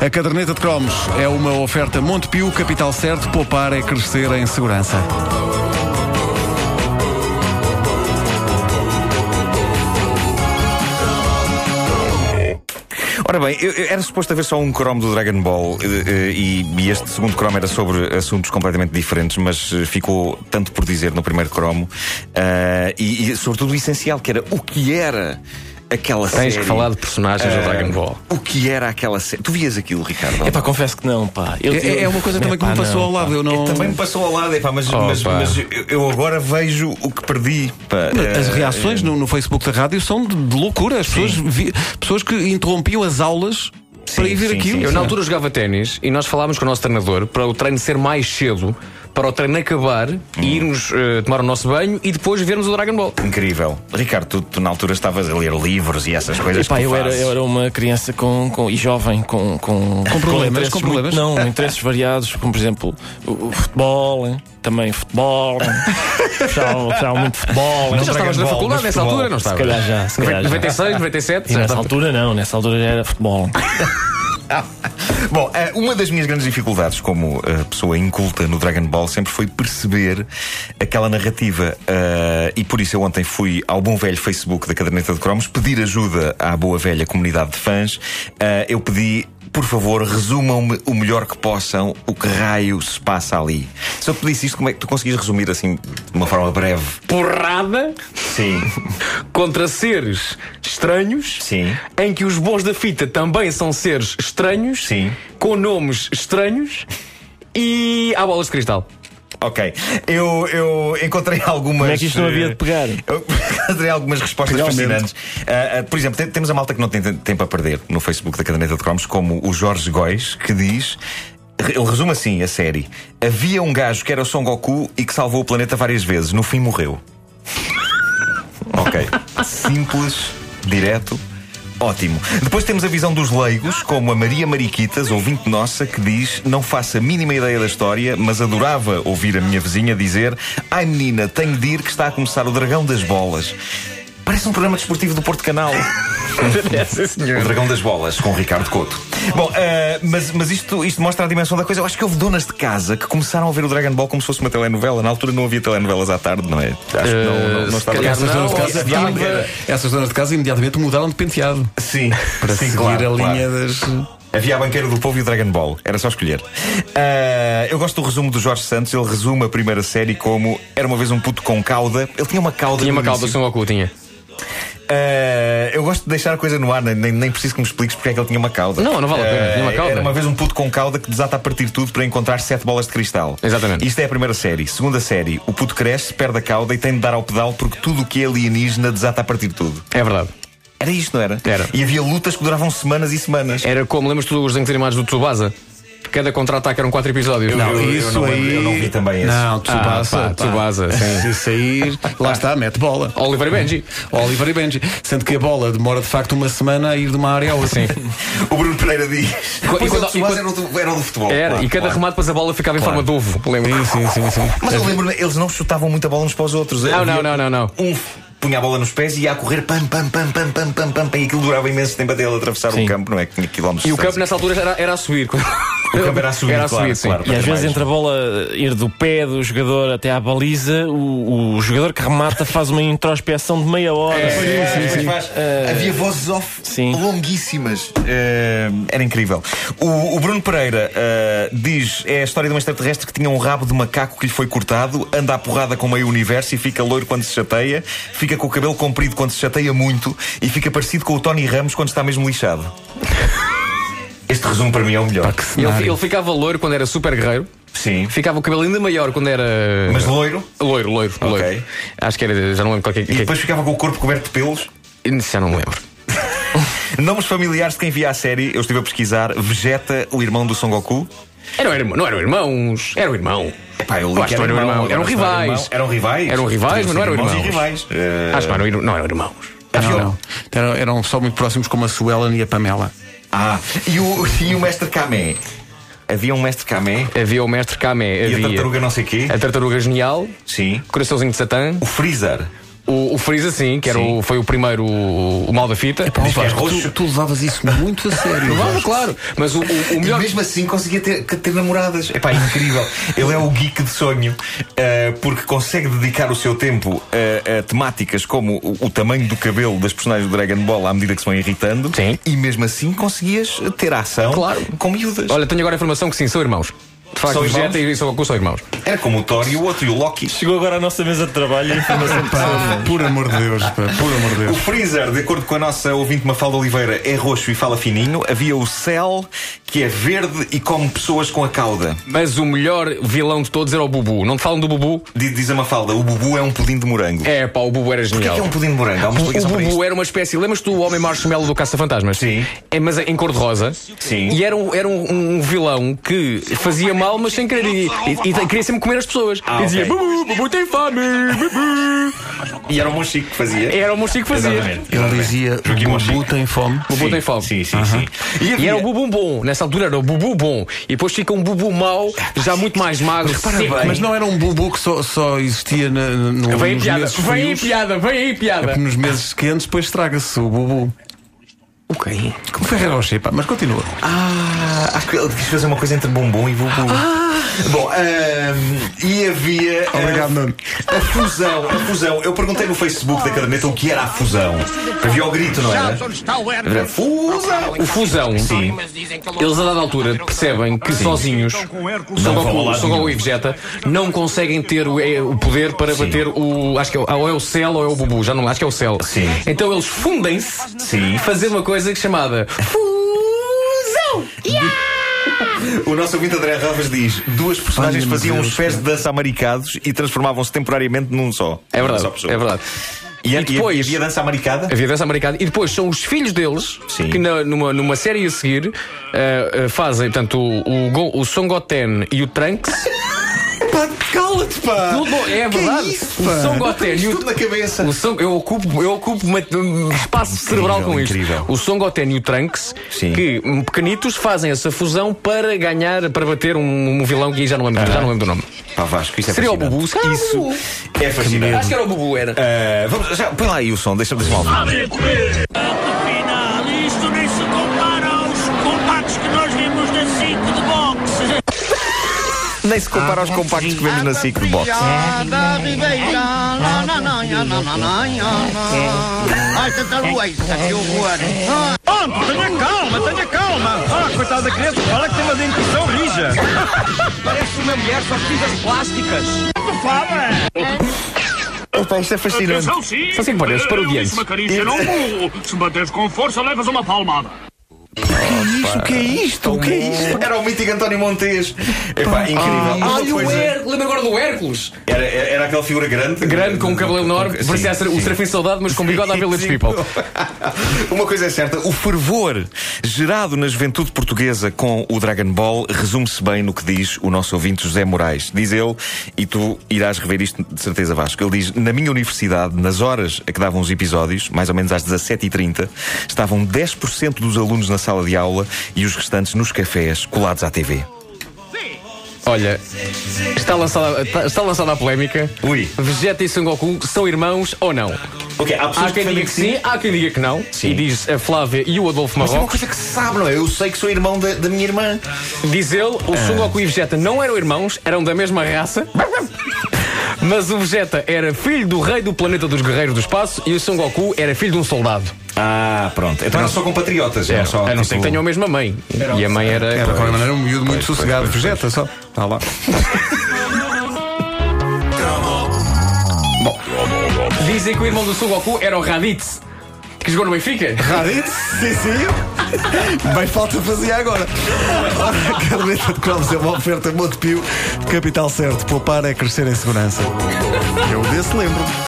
A caderneta de cromos é uma oferta Montepio, capital certo, poupar é crescer em segurança. Ora bem, eu- eu- era suposto haver só um cromo do Dragon Ball eh, eh, e, e este segundo cromo era sobre assuntos completamente diferentes, mas eh, ficou tanto por dizer no primeiro cromo ah, e, e, sobretudo o essencial, que era o que era aquela série. Tens que falar de personagens do Ah, Dragon Ball. O que era aquela série? Tu vias aquilo, Ricardo? Epá, confesso que não, pá. Eu- É, é uma coisa também que me Epá, passou não, ao lado. Eu não. Também me passou ao lado, epá, mas, Oh, mas- pá. mas eu- eu agora vejo o que perdi. pá. As Ah, reações no, no Facebook da rádio são de, de loucura. As pessoas, vi- pessoas que interrompiam as aulas para ir ver sim, aquilo. sim, Eu sim. na altura jogava ténis e nós falámos com o nosso treinador para o treino ser mais cedo, para o treino acabar Hum. e irmos eh, tomar o nosso banho e depois vermos o Dragon Ball. Incrível. Ricardo, tu, tu na altura estavas a ler livros e essas coisas Epá, que tu eu era, fazes. eu era uma criança com, com- e jovem com, com, com problemas, interesses com problemas. muito- não, interesses variados, como por exemplo o, o futebol, hein? também futebol. hein? Gostava gostava muito de futebol. Mas hein? já Dragon estavas na Ball, faculdade mas nessa futebol. altura, não Se estavas? calhar já, se calhar já. 96, 97, E já nessa estava- altura não, nessa altura já era futebol. Bom, eh, uma das minhas grandes dificuldades como eh, pessoa inculta no Dragon Ball sempre foi perceber aquela narrativa. eh, e por isso eu ontem fui ao bom velho Facebook da Caderneta de Cromos pedir ajuda à boa velha comunidade de fãs. Eh, eu pedi. Por favor, resumam-me o melhor que possam o que raio se passa ali. Se eu te pedisse isto, como é que tu conseguias resumir assim de uma forma breve? Porrada Sim, contra seres estranhos. sim. Em que os bons da fita também são seres estranhos, Sim. com nomes estranhos e há bolas de cristal. Ok. Eu, eu encontrei algumas. Como é que isto não havia de pegar? Eu encontrei algumas respostas Realmente. fascinantes. Ah, ah, por exemplo, tem- temos a malta que não tem tem- tempo a perder no Facebook da Caderneta de Cromos, como o Jorge Góis, que diz. Ele resume assim a série: Havia um gajo que era o Son Goku e que salvou o planeta várias vezes. No fim, morreu. ok. Simples, direto. Ótimo. Depois temos a visão dos leigos, como a Maria Mariquitas, ouvinte nossa, que diz: Não faço a mínima ideia da história, mas adorava ouvir a minha vizinha dizer: Ai menina, tenho de ir que está a começar o Dragão das Bolas. Parece um programa desportivo do Porto Canal. O Dragão das Bolas, com Ricardo Couto. Bom, eh, mas, mas isto, isto mostra a dimensão da coisa. Eu acho que houve donas de casa que começaram a ver o Dragon Ball como se fosse uma telenovela. Na altura não havia telenovelas à tarde, não é? Acho que não, não, não se estava calhar Essas não, donas de casa, ou se havia- essas donas de casa imediatamente mudaram de penteado Sim, para sim, seguir claro, a linha claro. das. Havia a Banqueira do Povo e o Dragon Ball. Era só escolher. Ah, eu gosto do resumo do Jorge Santos. Ele resume a primeira série como era uma vez um puto com cauda. Ele tinha uma cauda. Tinha no uma assim calda, início. São Goku tinha. Ah, eu gosto de deixar a coisa no ar. Nem, nem- nem preciso que me expliques porque é que ele tinha uma cauda. Não, não vale a pena. Ah, Tinha uma cauda. Era uma vez um puto com cauda que desata a partir tudo para encontrar sete bolas de cristal. Exatamente. Isto é a primeira série. Segunda série. O puto cresce, perde a cauda e tem de dar ao pedal porque tudo o que é alienígena desata a partir tudo. É verdade. Era isto, não era? Era. E havia lutas que duravam semanas e semanas. Era como, lembras-te dos desenhos animados do Tsubasa? Cada contra-ataque eram quatro episódios. Não, eu- eu não lembro, eu não vi também esse. Não, tu Ah, passa. pá, Tsubasa, sim. Isso aí, lá está, mete bola. Oliver e Benji. Oliver e Benji. Sendo que a bola demora de facto uma semana a ir de uma área à outra. Sim. O Bruno Pereira diz. Quando- Pois e quando- é, o Tsubasa era, o do- era o do futebol. Era, claro, e cada claro. remate depois a bola ficava em forma de ovo. Lembro. Sim, sim, sim. Mas eu lembro-me, eles não chutavam muita bola uns para os outros. é? Não, não, não, não, não. Um f- punha a bola nos pés e ia a correr pam, pam, pam, pam, pam, pam, pam, pam, e aquilo durava imenso tempo até ele atravessar o campo, não é? Que tinha quilómetros. E o de campo distância. nessa altura era, era a subir. O campo era a subir, claro, sim. claro. E às Era vezes mais. entre a bola ir do pé do jogador até à baliza, o, o jogador que remata faz uma introspecção de meia hora. É, pois faz. Havia vozes off Sim. longuíssimas. Eh, era incrível. O, o Bruno Pereira eh, diz: é a história de um extraterrestre que tinha um rabo de macaco que lhe foi cortado, anda à porrada com meio universo e fica loiro quando se chateia, fica com o cabelo comprido quando se chateia muito e fica parecido com o Tony Ramos quando está mesmo lixado. Este resumo para mim é o melhor. Ele, fi- ele ficava loiro quando era super guerreiro. Sim. Ficava o cabelo ainda maior quando era. Mas loiro. Loiro, loiro, loiro. Acho que era. Já não lembro qual é que, E que, depois ficava com o corpo coberto de pelos. Isso Já não me lembro. Nomes familiares de quem via a série, eu estive a pesquisar: Vegeta, o irmão do Son Goku. Eram irmão- não eram irmãos, eram irmão. Pá, eu li Eu acho que que não é eram irmãos, eram eu acho que não rivais. Eram um rivais? Eram rivais, mas não eram Irmãos e irmãos. É. rivais. Eh, Acho que não eram, ir- não eram irmãos. Não, não. Eram, eram só muito próximos como a Suellen e a Pamela. Ah, e o, e o mestre Kamé? Havia um mestre Camé Havia o mestre e Camé, a havia tartaruga não sei quê. a tartaruga genial, Sim. coraçãozinho de Satã, O Freezer. o, o Freeza, sim, que era Sim. o, foi o primeiro, o, o mal da fita. Pá, Diz que é Vasco, tu, roxo. tu levavas isso muito a sério. Claro, claro. Mas o, o- o E melhor. mesmo assim conseguia ter, que ter namoradas. Epá, incrível. Ele é o geek de sonho, eh, porque consegue dedicar o seu tempo eh, a temáticas como o, o tamanho do cabelo das personagens do Dragon Ball à medida que se vão irritando. Sim. E mesmo assim conseguias ter ação Claro. com miúdas. Olha, tenho agora a informação que sim, são irmãos. De facto, São o Vegeta irmãos? e o Son Goku são irmãos. Era como o Thor e o outro, e o Loki. Chegou agora à nossa mesa de trabalho e a informação de Pá, por amor de Deus, pá, por amor de O Deus. Freezer, de acordo com a nossa ouvinte Mafalda Oliveira, é roxo e fala fininho. Havia o Cell, que é verde e come pessoas com a cauda. Mas o melhor vilão de todos era o Bubu. Não te falam do Bubu? Diz, diz a Mafalda, o Bubu é um pudim de morango. É, pá, o Bubu era O que é, que é genial. um pudim de morango? Há uma O explicação para isto. Bubu era uma espécie. Lembras-te do Homem Marshmallow do Caça-Fantasmas? Sim. É, mas em cor-de-rosa. Sim. E era, um, era um, um vilão que fazia mal, mas sem querer. E, e- e queria sempre comer as pessoas. Ah, e dizia: ok. Bubu, Bubu tem fome, Bubu. E era um o Monchique que fazia. Era o monstro que fazia. Exatamente. Ele dizia: Joaquim o Bubu Monchique. tem fome. Bubu tem fome. Sim, sim, sim. E, E havia- era o bubu bom, nessa altura era o bubu bom. E depois fica um bubu mau, já muito mais magro. seco. Mas não era um Bubu que só, só existia na, na, no, Vem aí nos piada, meses vem aí frios. piada, vem aí piada. Nos meses quentes, depois estraga-se o Bubu. O quê? Como Ferreira Rocher, pá, mas continua. Ah, acho que ele quis fazer uma coisa entre bombom e bubu. Bom, ahm, e havia. ah, Obrigado, Nuno. A fusão, a fusão. Eu perguntei no Facebook da caderneta o que era a fusão. Havia o grito, não era? Era fusão! O fusão. Sim. Eles a dada altura percebem que sozinhos um Son vão Goku, lá Son Goku e Vegeta não conseguem ter o, é, o poder para bater o. Acho que é, o- ou é o Cell ou é o Bubu, já não acho que é o Cell. Sim. Então eles fundem-se Sim. e fazem uma coisa é chamada Fusão! O nosso ouvinte André Ravas diz: duas personagens Ai, meu faziam Deus, uns pés de dança amaricados e transformavam-se temporariamente num só. É Numa verdade, só pessoa. é verdade. E, e depois- havia dança amaricada? Havia dança americana. E depois são os filhos deles Sim. que na- numa, numa série a seguir eh, eh, fazem, portanto, o, o, Go- o Son Goten e o Trunks. Pá, cala-te, pá! Tudo bom, é verdade. isso, o pá? Son Goten e o Tudo é na cabeça. o Son- eu ocupo, eu ocupo uma- um espaço cerebral com isto. incrível. O Son Goten e o Trunks, Sim. que hum, pequenitos, fazem essa fusão para ganhar, para bater um, um vilão que aí já não lembro, já não lembro do nome. Pá, Vasco, isso é Seria o fascinante. Bubu? Se calhar era o Bubu. Isso é fascinante. Acho que era o Bubu, era. Ah, vamos, já, põe lá aí o som, deixa-me deixa mal. Afinal, isto nem se compara aos combates que nós vimos na 5 de boxe. Nem se compara aos compactos que vemos na SIC de boxe. Piada Ribeira, lá, lá, lá, lá, lá, lá, lá, lá. Ai, tanta lua, isso aqui eu voando. Oh, tenha calma, tenha calma. Ah, coitada da criança, fala que tem uma dentição rija. Parece uma mulher só de fibras plásticas. Epá, isto é fascinante. Atenção, sim. Só assim que parece, para o diante. Uma carícia num burro. Se bateres com força, levas uma palmada. Isto, o que é isto? O que é isto? Era o mítico António Montes. Epá, incrível. Ah, Uma e o coisa- Her- lembra agora do Hércules? era, era, era aquela figura grande. Grande, com um cabelo enorme, Sim, parecia a ser- o sim. Serafim Saudade, mas com bigode à Village People. Uma coisa é certa, o fervor gerado na juventude portuguesa com o Dragon Ball resume-se bem no que diz o nosso ouvinte José Moraes. Diz ele, e tu irás rever isto de certeza, Vasco. Ele diz: Na minha universidade, nas horas a que davam os episódios, mais ou menos às 17h30, estavam 10% dos alunos na sala de aula e os restantes nos cafés colados à TV. Olha, está lançada, está- está lançada a polémica. Ui. Vegeta e Son Goku são irmãos ou não? Ok, há Há quem diga que sim, há quem diga que não. E diz a Flávia e o Adolfo Mas é uma Marrocos. coisa que se sabe, não é? Eu sei que sou irmão da, da minha irmã. Diz ele, o Son Goku e Vegeta não eram irmãos, eram da mesma raça. Mas o Vegeta era filho do rei do planeta dos guerreiros do espaço e o Son Goku era filho de um soldado. Ah, pronto. Então não só compatriotas, não só. a não ser que tipo, tenham a mesma mãe. E a mãe era. tipo- Era, de qualquer maneira, um miúdo muito sossegado. Vegeta só. Está lá. Dizem que o irmão do Son Goku era o Raditz, que jogou no Benfica. Raditz? Sim, sim. Bem, falta fazer agora. A caderneta de Cromos é uma oferta Montepio, capital certo. Poupar é crescer em segurança. Eu desse lembro.